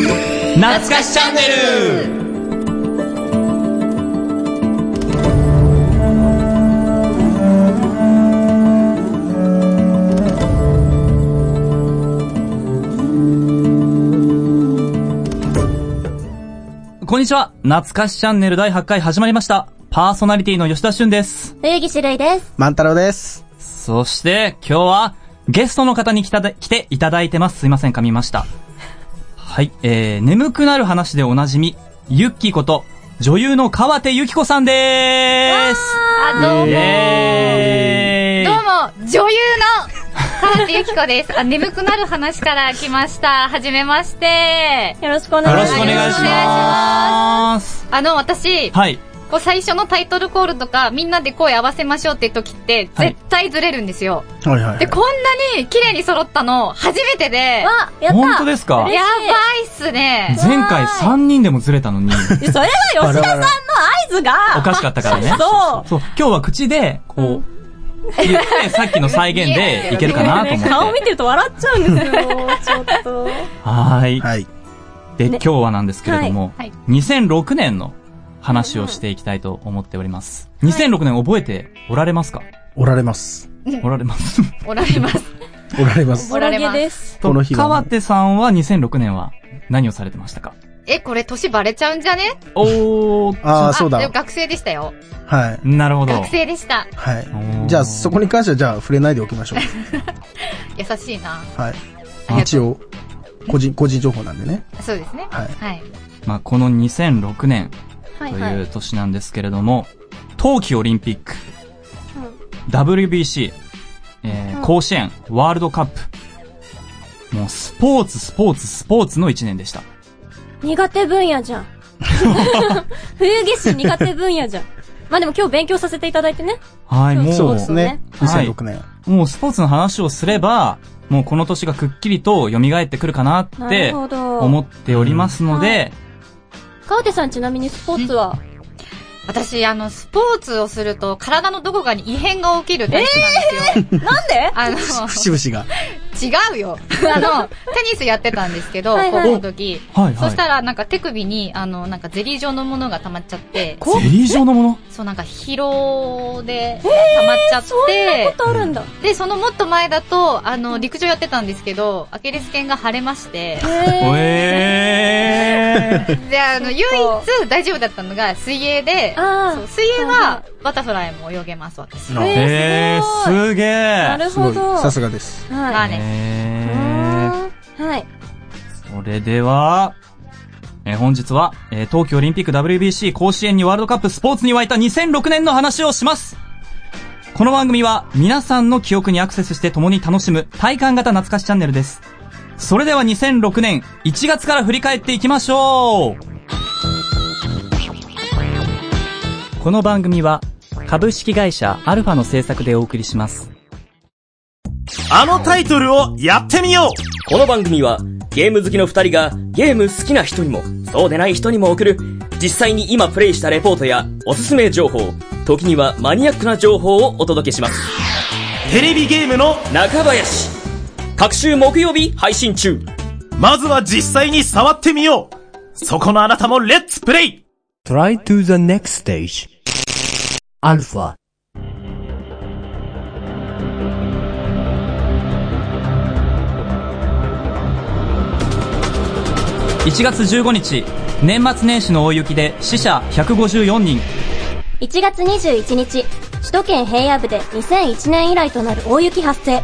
懐かしチャンネルこんにちは懐かしチャンネル第8回始まりました。パーソナリティの吉田俊です。冬木種類です。万太郎です。そして、今日は、ゲストの方に来ただ来ていただいてます。すいません、噛みました。はい、えー、眠くなる話でおなじみ、ゆっきこと、女優の川手ゆき子さんでーすあ、どうも。イエーイどうも、女優の川手ゆき子です。あ、眠くなる話から来ました。はじめまして。よろしくお願よいろししまくす。お願いします。あの、私、はい。こう最初のタイトルコールとか、みんなで声合わせましょうって時って、はい絶対ずれるんですよ。はいはで、こんなに綺麗に揃ったの、初めてで、わ、やった本当ですか嬉しいやばいっすね。前回3人でもずれたのに、それは吉田さんの合図が、おかしかったからね。そう。そう、今日は口で、こう、言って、さっきの再現でいけるかなとね顔思っ見て。てると笑っちゃうんですよ、ちょっと。はーい。はい。で、今日はなんですけれども、はいは2006年の話をしていきたいと思っております。2006年覚えておられますかおられます。おられ ます。おられます。おられます。おらげです。この日は川手さんは2006年は何をされてましたかえ、これ年バレちゃうんじゃねおー、ああ、そうでもだ。学生でしたよ。はい。なるほど。学生でした。はい。じゃあ、そこに関しては、じゃあ、触れないでおきましょう。優しいな。はい。ありがと一応、個人、個人情報なんでね。う。そうですね。はいはい。まあ、この2006年はといはいい。う年なんですけれども、冬季オリンピック、WBC、えーうん甲子園、ワールドカップ、もうスポーツ、スポーツ、スポーツの1年でした。苦手分野じゃん。冬技師苦手分野じゃん。まあでも今日勉強させていただいてね。はい、もう、そうですね。はい2006年。もうスポーツの話をすれば、もうこの年がくっきりと蘇ってくるかなっなるてほど。思っておりますので、川手さんちなみにスポーツは私、あの、スポーツをすると、体のどこかに異変が起きるタイプなんですよ。なんであの、節々が。違うよ。あの、テニスやってたんですけど、はいはい高校の時。はいはそい。したら、なんか手首に、あの、なんかゼリー状のものが溜まっちゃって、こゼリー状のものそうなんか疲労で溜まっちゃっそんなてこ、とあるんだ。で、そのもっと前だと、あの、陸上やってたんですけど、アキレス腱が腫れまして、えー、で、あの、唯そ一大丈夫だったのが水泳で、あーそう水泳はいははバタフライも泳げます、私。あええーー、すごいすげえなるすほごい。ど。さすがです。まはあい。ねうえー、ーんはい。それでは、えー本日は、えー東京オリンピック WBC 甲子園にワールドカップスポーツに沸いた2006年の話をしますこの番組は皆さんの記憶にアクセスして共に楽しむ体感型懐かしチャンネルです。それでは2006年1月から振り返っていきましょうこの番組は株式会社アルファの制作でお送りします。あのタイトルをやってみようこの番組はゲーム好きの二人がゲーム好きな人にもそうでない人にも送る実際に今プレイしたレポートやおすすめ情報時にはマニアックな情報をお届けしますテレビゲームの、中林各週木曜日配信中まずは実際に触ってみようそこのあなたもレッツプレイ Try to the next stage. Alpha. 1月15日、年末年始の大雪で死者154人、 1月21日、首都圏平野部で2001年以来となる大雪発生。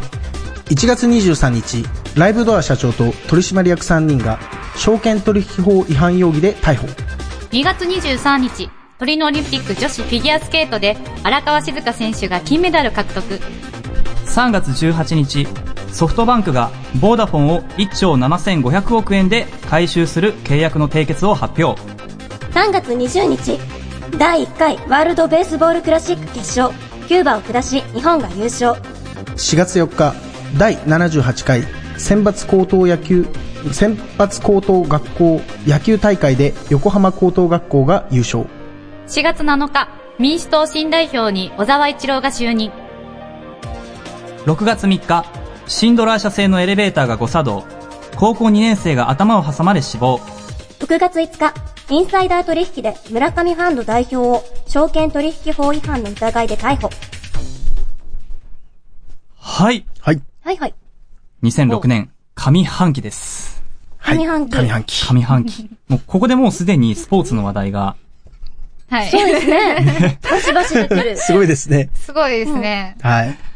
1月23日、ライブドア社長と取締役3人が、証券取引法違反容疑で逮捕。 2月23日、トリノオリンピック女子フィギュアスケートで荒川静香選手が金メダル獲得。 3月18日、ソフトバンクがボーダフォンを1兆7500億円で回収する契約の締結を発表。 3月20日、第1回ワールドベースボールクラシック決勝、キューバを下し日本が優勝。 4月4日第78回選抜高等野球選抜高等学校野球大会で横浜高等学校が優勝4月7日、民主党新代表に小沢一郎が就任。 6月3日、シンドラー社製のエレベーターが誤作動。高校2年生が頭を挟まれ死亡。う6月5日、インサイダー取引で村上ファンド代表を証券取引法違反の疑いで逮捕。はい。はい。はいはい。 2006年、上半期です。はい上半期。上半期。上半期。もうここでもうすでにスポーツの話題が、はい。そうですね。バシバシ出てる。すごいですね。すごいですね。はい。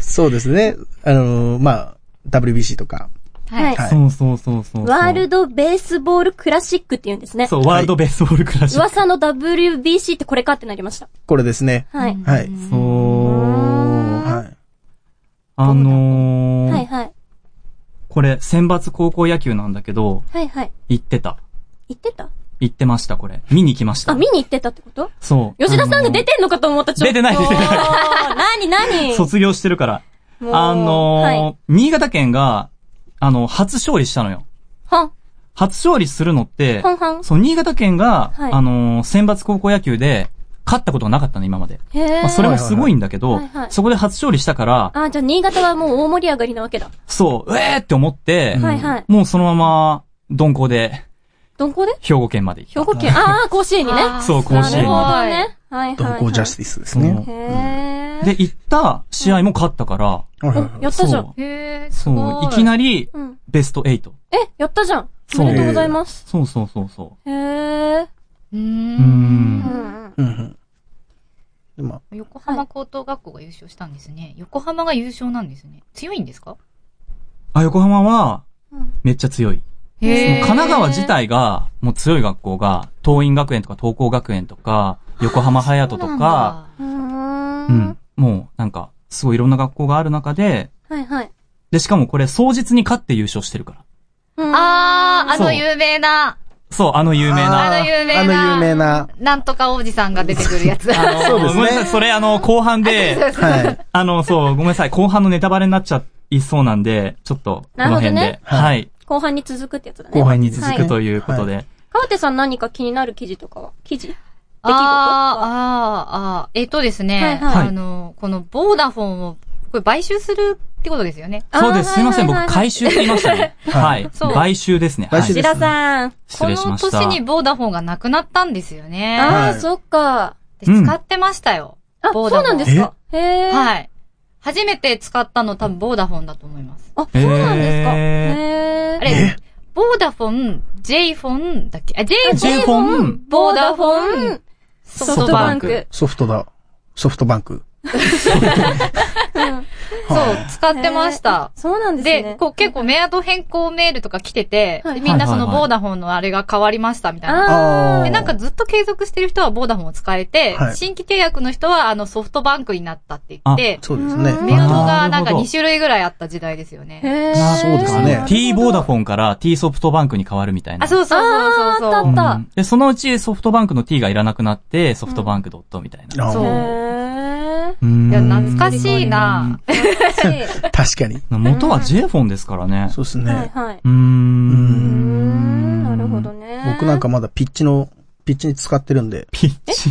そうですね。あのーまあ、WBC とか。はい。はそうそうそうそうそう。ワールドベースボールクラシックって言うんですね。そう、ワールドベースボールクラシック。噂の WBC ってこれかってなりました。これですね。はい。はい。そう。はい。あはのいー、はい。これ、選抜高校野球なんだけど、はいはい。行ってた。行ってた行ってました、これ。見に来ました。あ、見に行ってたってことそう。吉田さんが出てんのかと思った、ちょっと。出てない出 てないなにな あのーに卒業してるから。もうあのーはい。新潟県が、あの、初勝利したのよ。はん、初勝利するのっては、んはん。そう、新潟県が、はいあのー選抜高校野球で、勝ったことがなかったの、今まで。へえ。まあ、それもすごいんだけど、はいはいはいそこで初勝利したから、あ、じゃあ新潟はもう大盛り上がりなわけだ。そう、うえーって思って、はいはい。もうそのまま、鈍行で、鈍行で兵庫県まで行っ兵庫県。ああ、甲子園にね。あーそう甲子園なるにほどね。はいはい。鈍行ジャスティスですそうね。ィへえ。た。で、行った試合も勝ったから、はいはいお、やったじゃんそ。へーう、すそごう、い。いきなり、うん。ベスト8。え、やったじゃん。そおうめでとうございます。そうそうそうそへえ。う。うー。うーん。うんんうん。うんうん。でまあ、横浜高等学校が優勝したんですね。横浜が優勝なんですね。強いんですかあ、横浜はうん、めっちゃ強い。もう神奈川自体が、もう強い学校が、東院学園とか東光学園とか、横浜隼人とか、うーん。うん。もう、なんか、すごいいろんな学校がある中で、はいはい。で、しかもこれ、双日に勝って優勝してるから。うんあー、あそうの有名な、そう、あの有名な。あの有名なあの有名な。なんとか王子さんが出てくるやつ。あのそうですねごめんなさい、それあの、後半で、はい。あの、そう、ごめんなさい、後半のネタバレになっちゃいそうなんで、ちょっと、こなるのほど辺で、ねはい、後半に続くってやつだね。後半に続はくいということで。川手さん何か気になる記事とかは記事 あー、あー、あー、えっとですはいね、はいあの、このボーダフォンを、これ買収するってことですよね。そうです。すいません。僕、い。回収って言いましたね。は。はいそう買収ですね。買は収でいす吉田さん。失こ礼しまのした。年にボーダフォンがなくなったんですよね。あはあ、いそっか。でうん使ってましたよ。あ、そボうーダフォンなんですか。へえ。い。はい。初めて使ったの多分ボーダフォンだと思います。あ、そうなんですか。へえへえ。あれ、ボーダフォン、J フォンだっけあ、J フォン、 J フォン、ボーダフォン、ソソフフトトババンンク。ク。ソフトだ。ソフトバンク。そう、使ってました。そうなんですね。で、こう結構メアド変更メールとか来てて、はいでみんなそはいのはいはいボーダフォンのあれが変わりましたみたいな。ああーで、なんかずっと継続してる人はボーダフォンを使えて、はい新規契約の人はあのソフトバンクになったって言って、そうですね。メアドがなんかなるほど2種類ぐらいあった時代ですよあ。ね。へえ。そうですねあの T ボーダフォンから T ソフトバンクに変わるみたいな。あ、そうそうそうそうあーあそっう。たうんで、そのうちソフトバンクの T がいらなくなって、ソフトバンクドットみたいな。あそうーへえ。うんいや、懐かしいな。懐かしい確かに。元は J フォンですからね。そうですはいね。はい。 うーうーうんん。ん、なるほどね。僕なんかまだピッチの、ピッチに使ってるんで、ピッチ。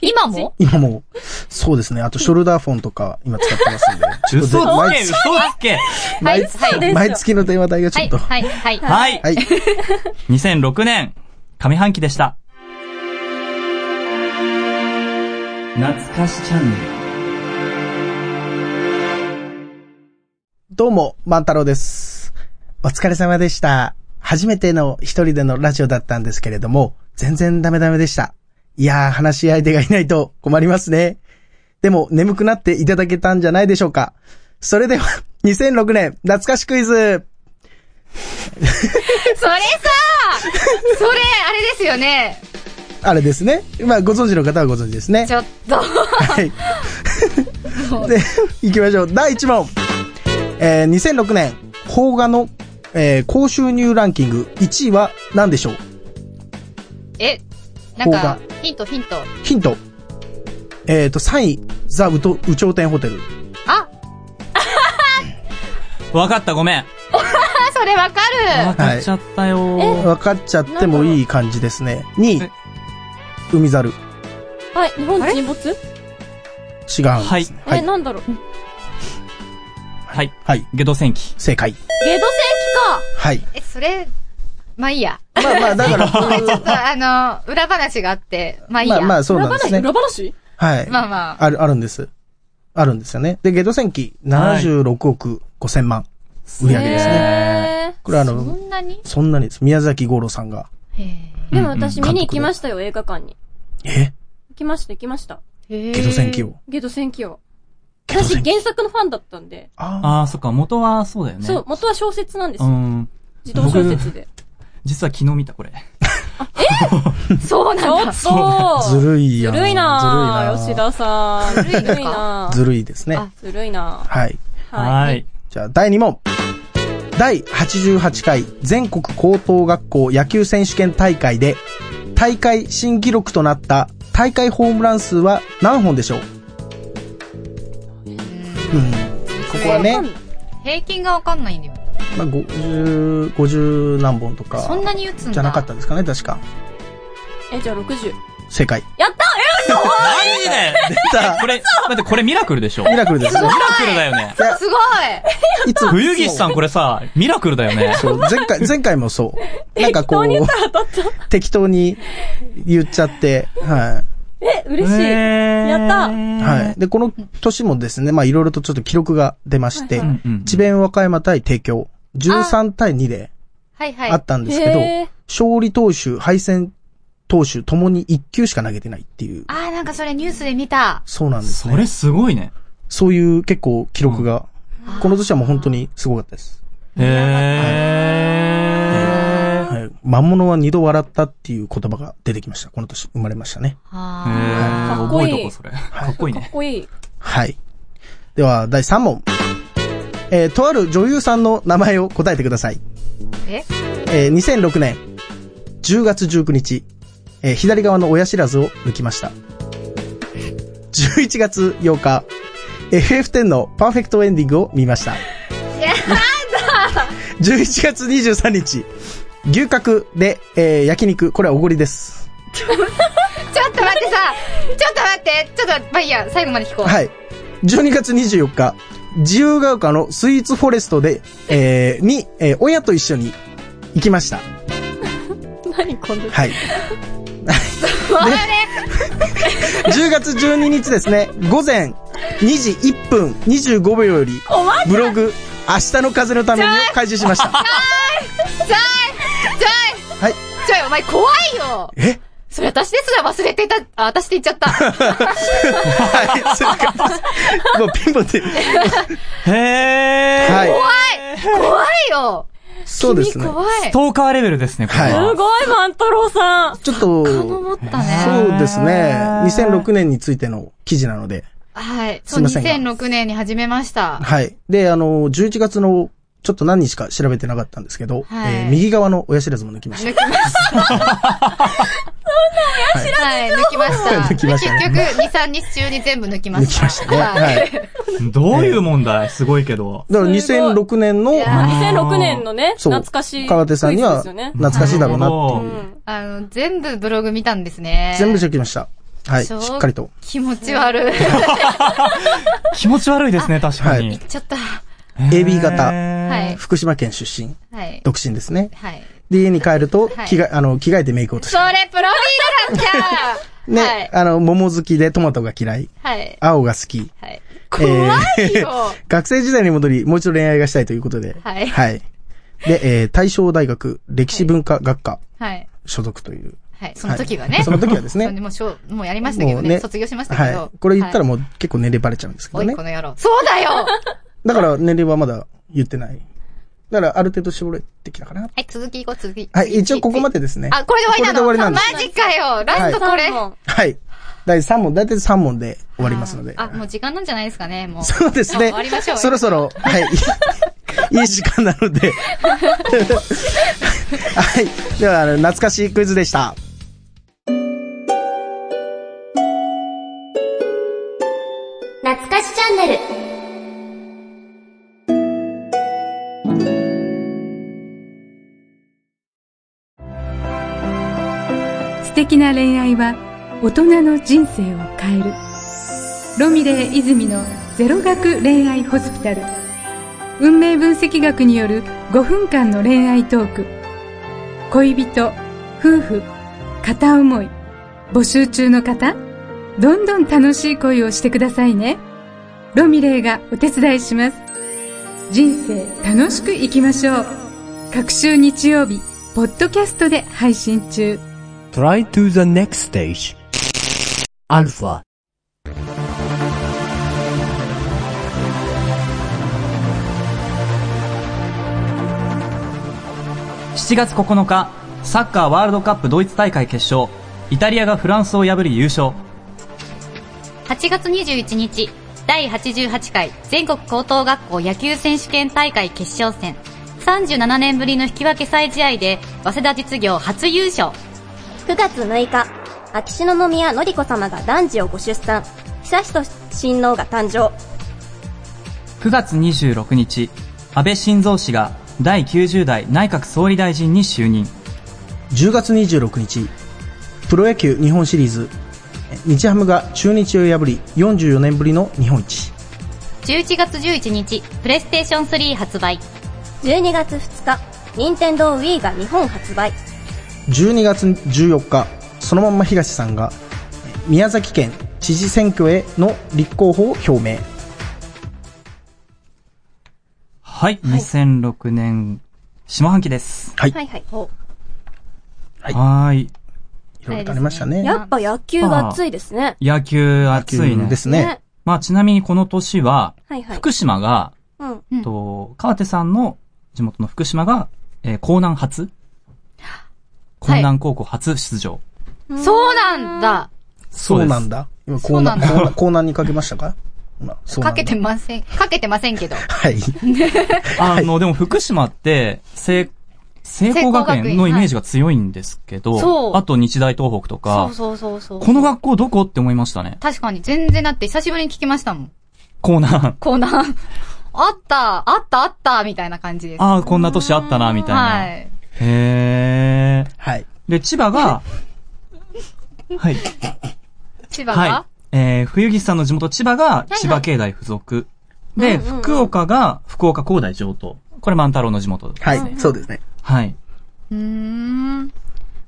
今も今もう、そうですね。あとショルダーフォンとか今使ってますん で。嘘つけ、毎嘘月つけ。はい、毎はい。月、毎月の電話代がちはょっい、と。はい、はい。はい。はい。 2006年、上半期でした。懐かしチャンネル。どうも、万太郎です。お疲れ様でした。初めての一人でのラジオだったんですけれども、全然ダメダメでした。いやー、話し相手がいないと困りますね。でも、眠くなっていただけたんじゃないでしょうか。それでは、2006年、懐かしクイズそれさ、それ、あれですよね。あれですね。まあ、ご存知の方はご存知ですね ち。ょっと。はい。で、行きましょう。第1問。えー、2006年、邦画の、えー、高収入ランキング1位は何でしょうえ、なんこか、ヒント、ヒント。ヒント。えっ、と、3位、ザ・ウト、ウ頂天ホテル。あ、わかった、ごめん。あ、それわかわる。かっちゃったよー。分かっちゃってもいい感じですね。2位え、海猿。違はい、日本沈没うんですね。はえ、い。なんだろう。はい。はい。ゲド戦記。正解。ゲド戦はい。 え、それ、まあいいや。まあまあ、だ から、こういうちょっとあの、裏話があって、まあいいまや。あまあ、そうなん裏です話ね。裏話はい。まあまあある、あるんです。あるんですよね。で、ゲド戦記76億5千万売り上げですね。へこれあその、んなにそんなにです。宮崎五郎さんが。へえ。ーでも私見に行きましたよ、映画館に。え行きました、行きました。へえゲド戦記を。ゲド戦記を。ゲド私戦記。原作のファンだったんで。あああ、そっか、元はそうだよね。そう、。元は小説なんですうよ。ん。自動小説で。実は昨日見た、これ。そうなん だ。ちょっあ。とずるいずやん。るいなずる吉いな田さん。ずるいのかるいなずるいですねあ。ずるいなはい。は。い。じゃあ、第2問。第88回全国高等学校野球選手権大会で、大会新記録となった大会ホームラン数は何本でしょううん。ここはね、平均がわかんないんだよ。まあ、50、50何本とか。そんなに打つんだ。じゃなかったんですかね、確か。え、じゃあ60。正解。やったえー、マジでこれ、だってこれミラクルでしょミミラクルですね。ラクルだよね。すごいいつ冬岸さんこれさ、ミラクルだよね。そう、前回、前回も そう。なんかこう、適当に言っちゃって、はえ、嬉しい。やったい。はい。で、この年もですね、まあいろいろとちょっと記録が出まして、うんうん智弁和歌山対帝京、13対2ではいはい。あったんですけど、へー勝利投手、敗戦投手ともに1球しか投げてないっていう、あーなんかそれニュースで見た。そうなんですそね。れすごいね。そういう結構記録が、この年はもう本当にすごかったです。へえ。はい。魔物は二度笑ったっていう言葉が出てきました。この年生まれましたね。へあーかっこ覚いえいとこうそれ。かっこいいかっね。こいい。はい。では、第3問。えーとある女優さんの名前を答えてください。ーええー2006年10月19日、えー左側の親知らずを抜きました。11月8日、FF10 のパーフェクトエンディングを見ました。11月23日、牛角で、えー焼肉、これはおごりです。ちょっと待ってさ、ちょっと待って、ちょっと待って、まあいいや、最後まで聞こう。はい。12月24日、自由が丘のスイーツフォレストで、えーに、えー親と一緒に行きました。何この。はい。あれ10月12日ですね、午前2時1分25秒より、ブログ、明日の風のためにを開始しました。ちょいちょいはい。ちょい、お前怖いよえそれ私ですら忘れていた、あ、私って言 っちゃった。はい、そうか。もうピンポンで。へえ。はい。怖いよそうですね。怖いストーカーレベルですね、これはすは。ごい、万太郎さん。ちょっと、思ったそね。うですね。2006年についての記事なので。はい。すいそ、うませんが2006年に始めました。はい。で、あの、11月の、ちょっと何日か調べてなかったんですけど、はいえー右側の親知らずも抜きました。抜きました。そんな親知らずはい、抜きました。抜き結局、2、3日中に全部抜きま抜した。きましたね。はい。はい。どういう問題すごいけど。だから2006年の、 2006年のね、そう懐かしい。川手さんにはですよね。懐かしいだろうなってなるほいう。あの、全部ブログ見たんですね。全部チェックしました。はい。しそうっかりと。気持ち 悪い。気持ち悪いですね、確かはに。ちょっと、 AB 型ははい福島県出身。はい。独身ですね。はい。で、家に帰るとは、い着替え、あの、着替えてメイク落としそて。れ、プロフィール欄 じゃんね、はい。あの、桃好きでトマトが嫌い。はい。青が好き。はい。え怖いーよ 学生時代に戻り、もう一度恋愛がしたいということで。はいで、えー大正大学歴史文化学科はい。所属という。はい。その時はね。いその時はです そね。うもうしょう、もうやりましたけどね。卒業しましたけど。はい。これ言ったらはいもう結構年齢バレちゃうんですけおどねい、こ。の野郎。そうだよはだから年齢はまだ言ってない。だからある程度絞れてきたかな。い、続き行こう、続き。はい、一応ここまででですね。あ、これで終わりなのこれで終わりなんです。マジかよラストこはれ。いはい。第3問、大体3問で終わりますので。あ、もう時間なんじゃないですかね、もう。そうですね。終わりましょうよそろそろ、はい。 いい時間なので。はい。では、あの懐かしいクイズでした。懐かしチャンネル。素敵な恋愛は大人の人生を変えるロミレー泉のゼロ学恋愛ホスピタル運命分析学による5分間の恋愛トーク恋人、夫婦、片思い、募集中の方、どんどん楽しい恋をしてくださいね。ロミレイがお手伝いします。人生楽しく生きましょう。各週日曜日、ポッドキャストで配信中。 Try to the next stage. Alpha. 7月9日、サッカーワールドカップドイツ大会決勝、イタリアがフランスを破り優勝。 8月21日、第88回全国高等学校野球選手権大会決勝戦。37年ぶりの引き分け再試合で、早稲田実業初優勝。 9月6日、秋篠宮のり子様が男児をご出産、悠仁親王が誕生。 9月26日、安倍晋三氏が第90代内閣総理大臣に就任。 10月26日、プロ野球日本シリーズ、日ハムが中日を破り44年ぶりの日本一。 11月11日、プレイステーション3発売。 12月2日、任天堂 Wii が日本発売。 12月14日、そのまんま東さんが、宮崎県知事選挙への立候補を表明。はい、2006年下半期です。はい。はいはい。おはいはーい。いろいろとありましたね。はいやっぱ野球が熱いですね。野球熱いねで。すね。まあちなみにこの年は、はいはい。福島が、うん。うんと、川手さんの地元の福島が、えー、江南初江南高校初出場。そうなんだそうなんだ。だ。今、コそーうナなんだー、コーナーにかけましたか今、そうなかんだけてません、かけてませんけど。はい。あの、でも福島って、聖、聖光学園のイメージが強いんですけど、はいそうあと日大東北とか、そうそうそうそう。この学校どこって思いましたね。確かに全然だって久しぶりに聞きましたもん。江南。コーナー、あった、あった、あった、みたいな感じで す。ああ、こんな年あったな、みたいな。はい。へー。はい。で、千葉 が、はい。千葉が、はい。えー、冬木さんの地元千葉がい千葉経大附属。で、福岡が福岡工大上等。これ万太郎の地元。はい。そうですね。はい。うーん。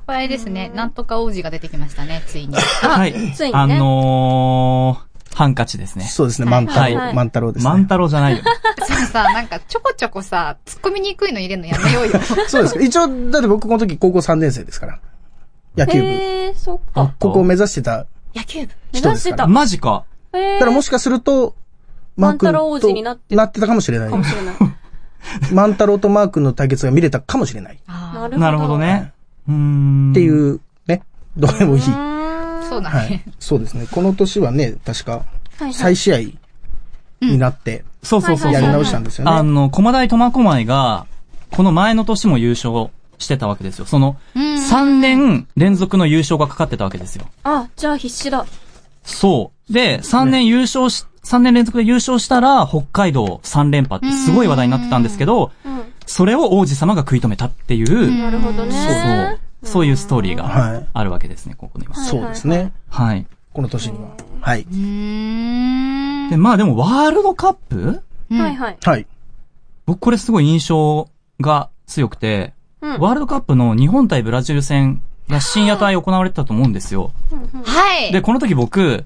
これあれですね、なんとか王子が出てきましたね、ついに。はい。ついにねあのー、ハンカチですね。そうですね。万太は郎、い万太郎ですね。万太郎じゃないよ。そうさ、なんかちょこちょこさ、突っ込みにくいの入れるのや めようよ。そうです。一応、だって僕この時高校3年生ですから。野球部。へえ、そっおか。っとここを目指してた野球部。目人で指しすてから。た。 マジか。へだえからもしかすると、マー君万太郎王と子になってなってたかもしれないか。もしれない。万太郎とマー君の対決が見れたかもしれない。っなるあほど。 なるほど。ね。うーん。てい。う、ね。どうでもいい。あ、そうだはねい。。そうですね。この年はね、確か、はいはい。再試合になって、そうそうそうそう。やり直したんですよね。あの、駒大苫小牧が、この前の年も優勝してたわけですよ。その、うん3年連続の優勝がかかってたわけですよ。あ、じゃあ必死だ。そう。で、3年優勝し、三年連続で優勝したら、北海道3連覇ってすごい話題になってたんですけど、うん。それを王子様が食い止めたっていう、なるほどそうね。、そういうストーリーはがいあるわけですね、ここには。そうですね。はい。この年には。はい。うーん。で、まあでも、ワールドカップうんはいはい。はい。僕これすごい印象が強くて、うんワールドカップの日本対ブラジル戦が深夜帯行われてたと思うんですよ。はい。で、この時僕、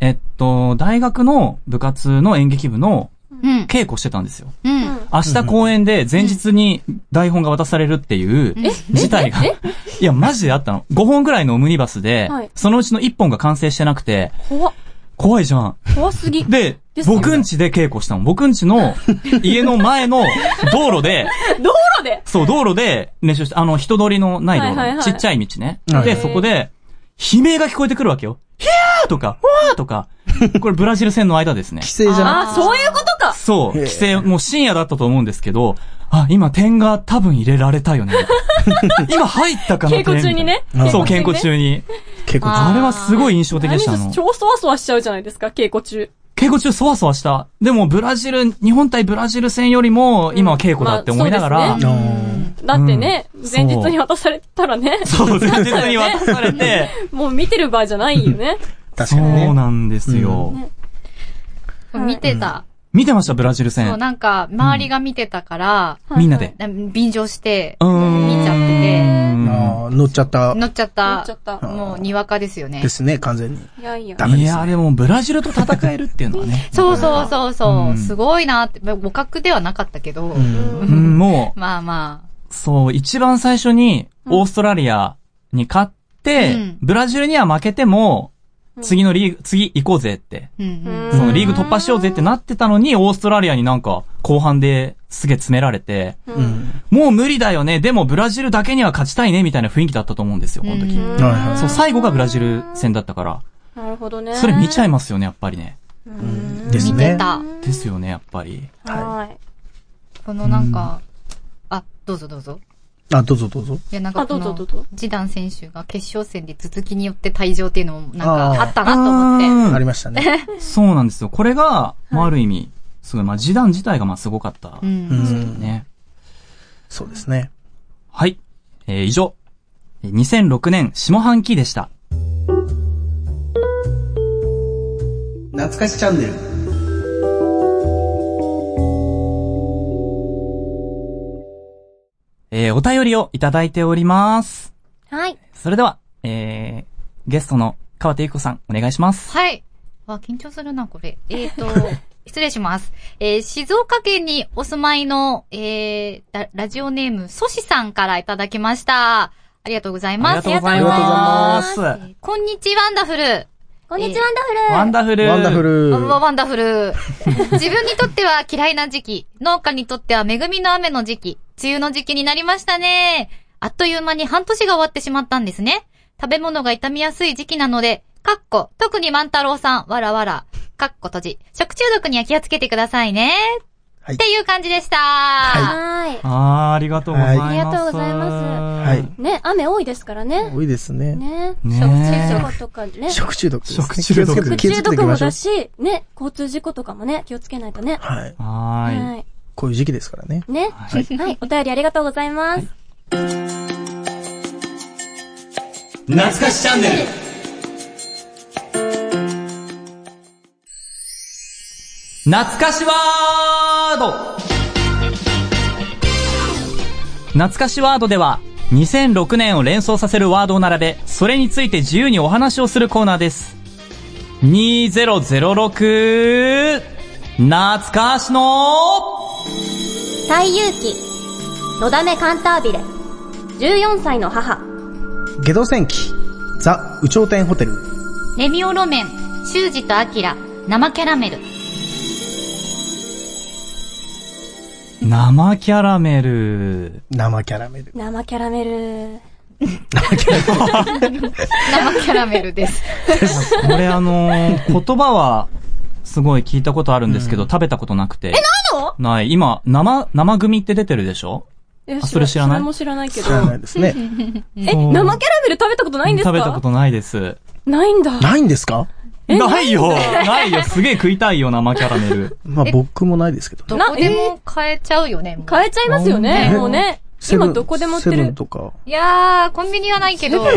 えっと、大学の部活の演劇部のうん。稽古してたんですよ。うん。明日公演で前日に台本が渡されるっていう事態が、いや、マジであったの。5本ぐらいのオムニバスではい、そのうちの1本が完成してなくて、怖っ怖いじゃん。怖すぎ。でで、すよね僕ん家で稽古したの。僕ん 家の家の前の道路で、道路でそう、道路で練習して、あの、人通りのない道路、はいはいはいちっちゃい道ね。はいで、そこで、悲鳴が聞こえてくるわけよ。ヒャーとか、わーとか、これブラジル戦の間 ですね。規制じゃなあ、そういうことかそう、へえ規制、もう深夜だったと思うんですけど、あ、今点が多分入れられた よね。今入ったかな稽古中に。ね。点そう、稽古稽古中中に。くて結構。あれはすごい印象的でした。あ何のです超そわそわしちゃうじゃないですか、稽古中。稽古中そわそわした。でもブラジル、日本対ブラジル戦よりも、今は稽古だって思いながまらあ、あだってね、ん前日に渡されたらね、 そう、前日に渡されて、 もう見てる場合じゃないよね。ー確そかにうね。なんですよ。これ見てた。見てました、ブラジルそう、戦。なんか、周りが見てたから、みんなで。な便乗して、うーん。見ちゃってて。あー乗っちゃった。乗っちゃった。乗っちゃったもう、にわかですよね。で。すね、完全に。いやいやダ。メいですねや、でもブラジルと戦えるっていうのはね そうそうそうそう。うんすごいなって、まあ互角ではなかったけど。うん。うん、もまあまあ。う、そう、一番最初に、オーストラリアに勝って、うんブラジルには負けても、次のリーグ、次行こうぜって、うんうん。そのリーグ突破しようぜってなってたのに、オーストラリアになんか、後半ですげえ詰められて、うん。もう無理だよね、でもブラジルだけには勝ちたいね、みたいな雰囲気だったと思うんですよ、この時。うんはいはそう、最後がブラジル戦だったから、なるほどね。それ見ちゃいまますよね、やっぱりね。い。です見てね。た。ですよね、やっぱり。す。はい。このなんか、あ、どうぞどうぞ。あ、どうぞどうぞ。いや、なんあ、かどこうぞどのう、ぞ。ジダン選手が決勝戦で続きによって退場っていうのも、なんあーかあったなと思って。ありって。ましたね。そうなんですよ。これが、まあ、ある意味、すごい、まあ、示談自体がまあ、すごかったう。。うんん。ね。そうですね。はい。えー以上。えー2006年下半期でした。懐かしチャンネル。えーお便りをいただいております。はい。それでは、えーゲストの川手ゆき子さん、お願いします。はい。わ、緊張するな、これ。えっ、 と、失礼します。えー静岡県にお住まいの、えーララジオネーム、ソシさんからいただきました。ありがとうございありまがす。とうございます。えーこんにちは、ワンダフル。こんにちは、ワンダフル。ワンダフル。ワンダフ。ル。わワンダフ ル。自分にとっては嫌いな時期、農家にとっては恵みの雨の時期、梅雨の時期になりましたね。あっという間に半年が終わってしまったんですね。食べ物が傷みやすい時期なので、かっこ、特に万太郎さん、わらわら、かっこ閉じ、食中毒には気をつけてくださいね。はいっていう感じでした。はあー、ありがとうございます。はいありがとうございますはい。い。ね、雨多いですからね。多いですね。ね。ね食え中毒とかね。食中毒ですね。食中毒気をつけて食気を中つけてい毒きもましょうだ。し、ね、交通事故とかもね、気をつけないとね。はい。はーい。い。こういう時期ですからね。ね。ははい。お便りありがとうございます。懐かしチャンネル懐かしワード懐かしワードでは2006年を連想させるワードを並べそれについて自由にお話をするコーナーです2006懐かしの最勇気。のだめカンタービレ。14歳の母。下道戦記。ザ・宇頂天ホテル。レミオロメン、修二とアキラ、生キャラメル。生キャラメル生キャラメル。生キャラメル。生キャラメルです。これあのー言葉はすごい聞いたことあるんですけど、食べたことなくてえないのない今生生組って出てるでしょえあそれ知らないそれも知らないけ知ど。らないですね。え、生キャラメル食べたことないんですか食べたことないです。ないんだ。ないんですかないよないよすげえ食いたいよ、生キャラメル。まあ僕もないですけどね。 どこでも変えちゃうよね。もう変えちゃいますよね。ねもうね。セブン今どこでも売ってセブるン。とか、いやー、コンビニはないけど。が、な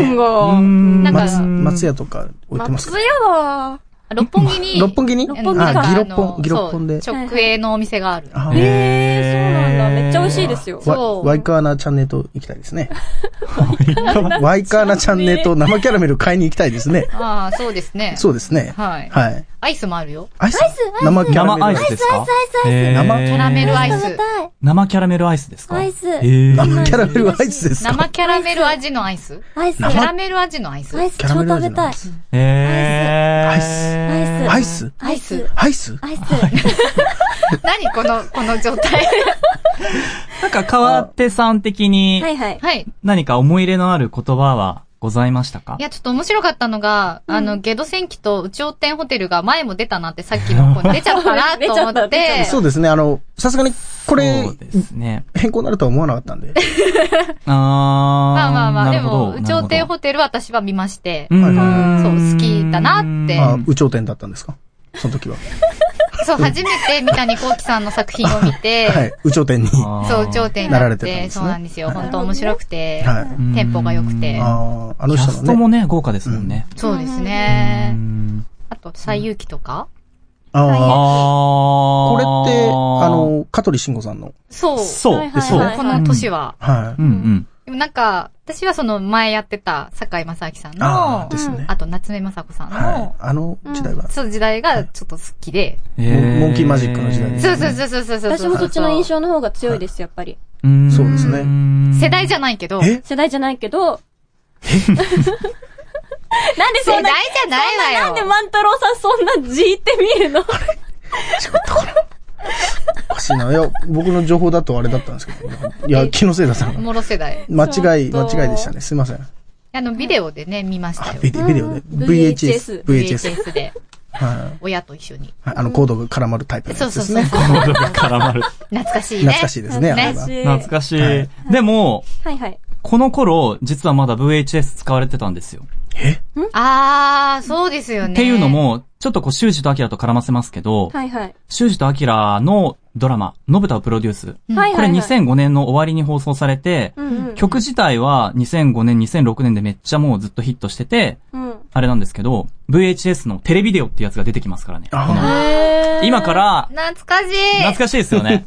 んか松松屋とか置いてます松。屋は、六本木に。六本木に六本木かあ、ギロッあのポン、ギロッポンで。そう直営のお店がある。あえー、そうなんだ。めっちゃ美味しいですよ。そわうワイカーナチャンネルと行きたいですね。ワイカーナチャンネルと生キャラメル買いに行きたいですね。ああ、そうですね。そうですね。はいはい。アイスもあるよ。アイス生キャ生ラメル。アイスですかアイスアイスアイスへー生キャラメルアイ食べス。たい。生キャラメルアイスですかアイスえー生キャラメルアイスです生かキャラメル味のアイスアイス。キャラメル味のアイスアイスキャ超ラメル食味べのたアいイ。ス。えーアイスアアイスアイス。アイスアイス。何この、 この状態。なんか、川手さん的にはいはい。はい。い何か思い入れのある言葉はございましたかや、ちょっと面白かったのが、あの、ゲド戦記と宇宙天ホテルが前も出たなってさっきの、こう出ちゃったなと思 っ出ちゃった出ちゃて。そうですね。あの、さすがに、これそ、うですね。変更になるとは思わなかったんで。あー。ままあまあまあ、でも、宇頂宙天ホテルは私は見まして。うはん。そう、好きだなって。あ、宇頂天だったんですかその時は。そう、初めて三谷幸喜さんの作品を見て、はい。宇頂天に。あーそう、頂点にならなれってたんて、ですねそうなんですよ。本当面白くて、はい。いテンポが良くて。ああ、あのキャ人ストのもね。ね、豪華ですもんね。そうですうね。んあと、最遊記とかああ。あこれーって、あ、の、香取慎吾さんの。そう。そう、はいはいそう。はいこの年は。はうんうん。でもなんか、私はその前やってた堺正明さんの、ああ、ですね。あと夏目雅子さんの、はい。あの時代は、その時代がちょっと好きで。モンモンキーマジックの時代ですそうそうそうそうそうそう。私もそっちの印象の方が強いです、やっぱり。うんそうですね世代じゃないけど。え世代じゃないけど。 なんでそ世代んじな、ゃないわなよ。んで万太郎さんそんなじーって見るのおかしいな。いや、僕の情報だとあれだったんですけど。いや、気のせいだったおな。もろ世代。間違い、ちょ間っと違いでしたね。すいません。あの、ビデオでね、見ましたあよ。ビデビデオで。うん VHS。VHS。 VHS で、はい。親と一緒に。あの、コードが絡まるタイプのそやうつそうですそう。ね。懐絡まる。かしいね。懐かしいですね、あれ懐かは。懐かしい。はいでも、はいはい。この頃、実はまだ VHS 使われてたんですよ。あー、そうですよね。っていうの、も、ちょっとこう、修二と明と絡ませますけど、はいはい。修二と明のドラマ、のぶたをプロデュース。うんはいはいこれ2005年の終わりに放送されて、うんうん。曲自体は2005年、2006年でめっちゃもうずっとヒットしてて、うん。あれなんですけど、VHS のテレビデオってやつが出てきますからね。あへー今から、懐かしい。懐かしいですよね。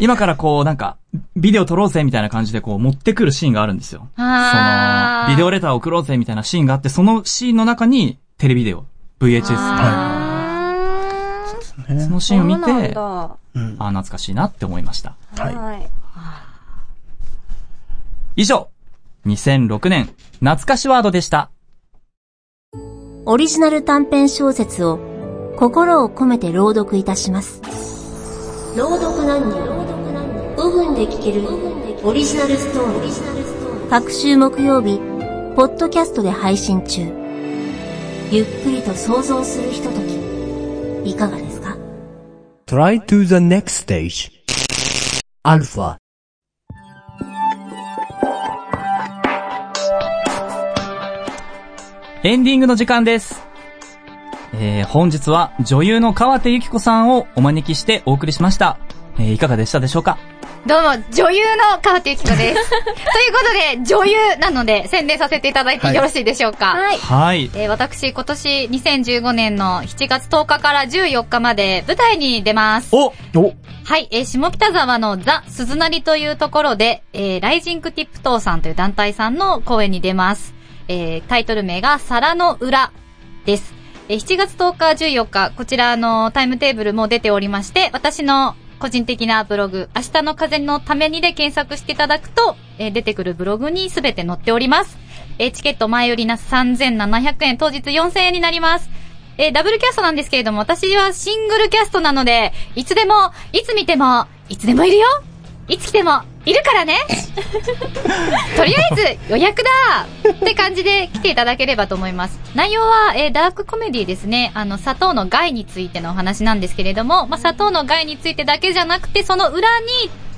今からこう、なんか、ビデオ撮ろうぜみたいな感じでこう、持ってくるシーンがあるんですよ。あその、ビデオレターを送ろうぜみたいなシーンがあって、そのシーンの中に、テレビデオ、VHS、あーあ、ねそ。のシーンを見そうなんて、だあは。うん。あー、懐かしいなって思いました。はい以上、2006年、懐かしワードでした。オリジナル短編小説を心を込めて朗読いたします。朗読何人 ?5 分で聞けるオリジナルストーリー。各週木曜日、ポッドキャストで配信中。ゆっくりと想像するひととき、いかがですか Try to the next stage. Alpha. エンディングの時間です。えー、本日は女優の川手ゆき子さんをお招きしてお送りしました。えー、いかがでしたでしょうかどうも、女優の川手ゆき子です。ということで、女優なので宣伝させていただいてよろしいでしょうか。はい。はい。えー私、今年2015年の7月10日から14日まで舞台に出ます。おお、はい、えー下北沢のザ・鈴なりというところで、えーライジングティップトーさんという団体さんの公演に出ます。えータイトル名が皿の裏です。えー7月10日、14日、こちらあのタイムテーブルも出ておりまして、私の個人的なブログ、明日の風のためにで検索していただくと、えー出てくるブログにすべて載っております。えーチケット前よりな3700円、当日4000円になります。えーダブルキャストなんですけれども、私はシングルキャストなので、いつでも、いつ見ても、いつでもいるよいつ来ても、いるからねとりあえず、予約だって感じで来ていただければと思います。内容は、えーダークコメディですね。あの、砂糖の害についてのお話なんですけれども、まあ、砂糖の害についてだけじゃなくて、その裏に、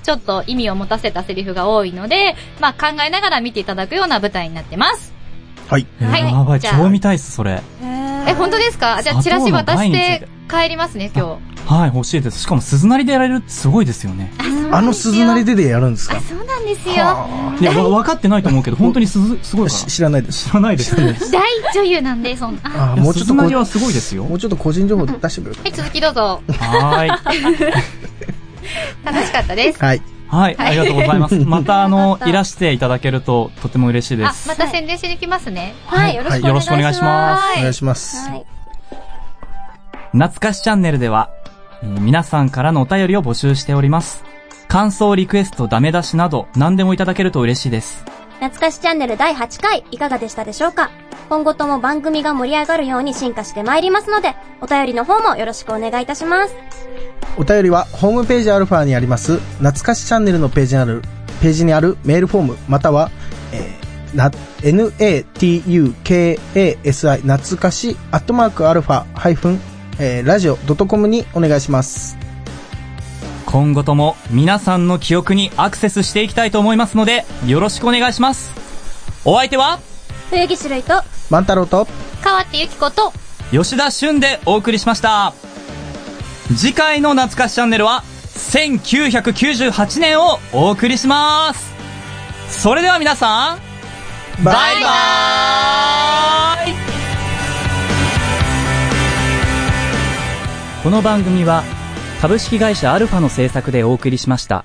ちょっと意味を持たせたセリフが多いので、まあ、考えながら見ていただくような舞台になってます。はい。はいやばい、じゃあ超見たいっす、それ。え、え本当ですかじゃあ、チラシ渡して帰りますね、今日。はい、欲しいです。しかも鈴なりでやられるってすごいですよね。あの鈴なりででやるんですかあ、そうなんですよ。はいや、わ分かってないと 思うけど、本当に鈴、すごいあかしら。知らないです。知らないですよね。大女優なんで、そんな。あいーやもうちょっと鈴こなりはすごいですよも。うちょっと個人情報出してくれるはい、続きどうぞ。 はーい。楽しかったです。はい。はい、ありがとうございます。また、あ の、いらしていただけると、とても嬉しいであ、す。また宣伝しに来ますね。はい、よろしくお願いします。よろしくお願いしますお願いします。はい。懐かしチャンネルでは、えー皆さんからのお便りを募集しております。感想、リクエスト、ダメ出しなど、何でもいただけると嬉しいです。懐かしチャンネル第8回いかがでしたでしょうか今後とも番組が盛り上がるように進化してまいりますので、お便りの方もよろしくお願いいたします。お便りはホームページアルファにあります、懐かしチャンネルのページにある、ページにあるメールフォーム、または、えーな、natukasi 懐かしアットマークアルファハイフン、えー、ラジオ .com にお願いします。今後とも、皆さんの記憶にアクセスしていきたいと思いますので、よろしくお願いします。お相手は、冬木種類と、万太郎と、川手ゆき子と、吉田俊でお送りしました。次回の懐かしチャンネルは、1998年をお送りします。それでは皆さん、バイババーイこの番組は株式会社アルファの制作でお送りしました。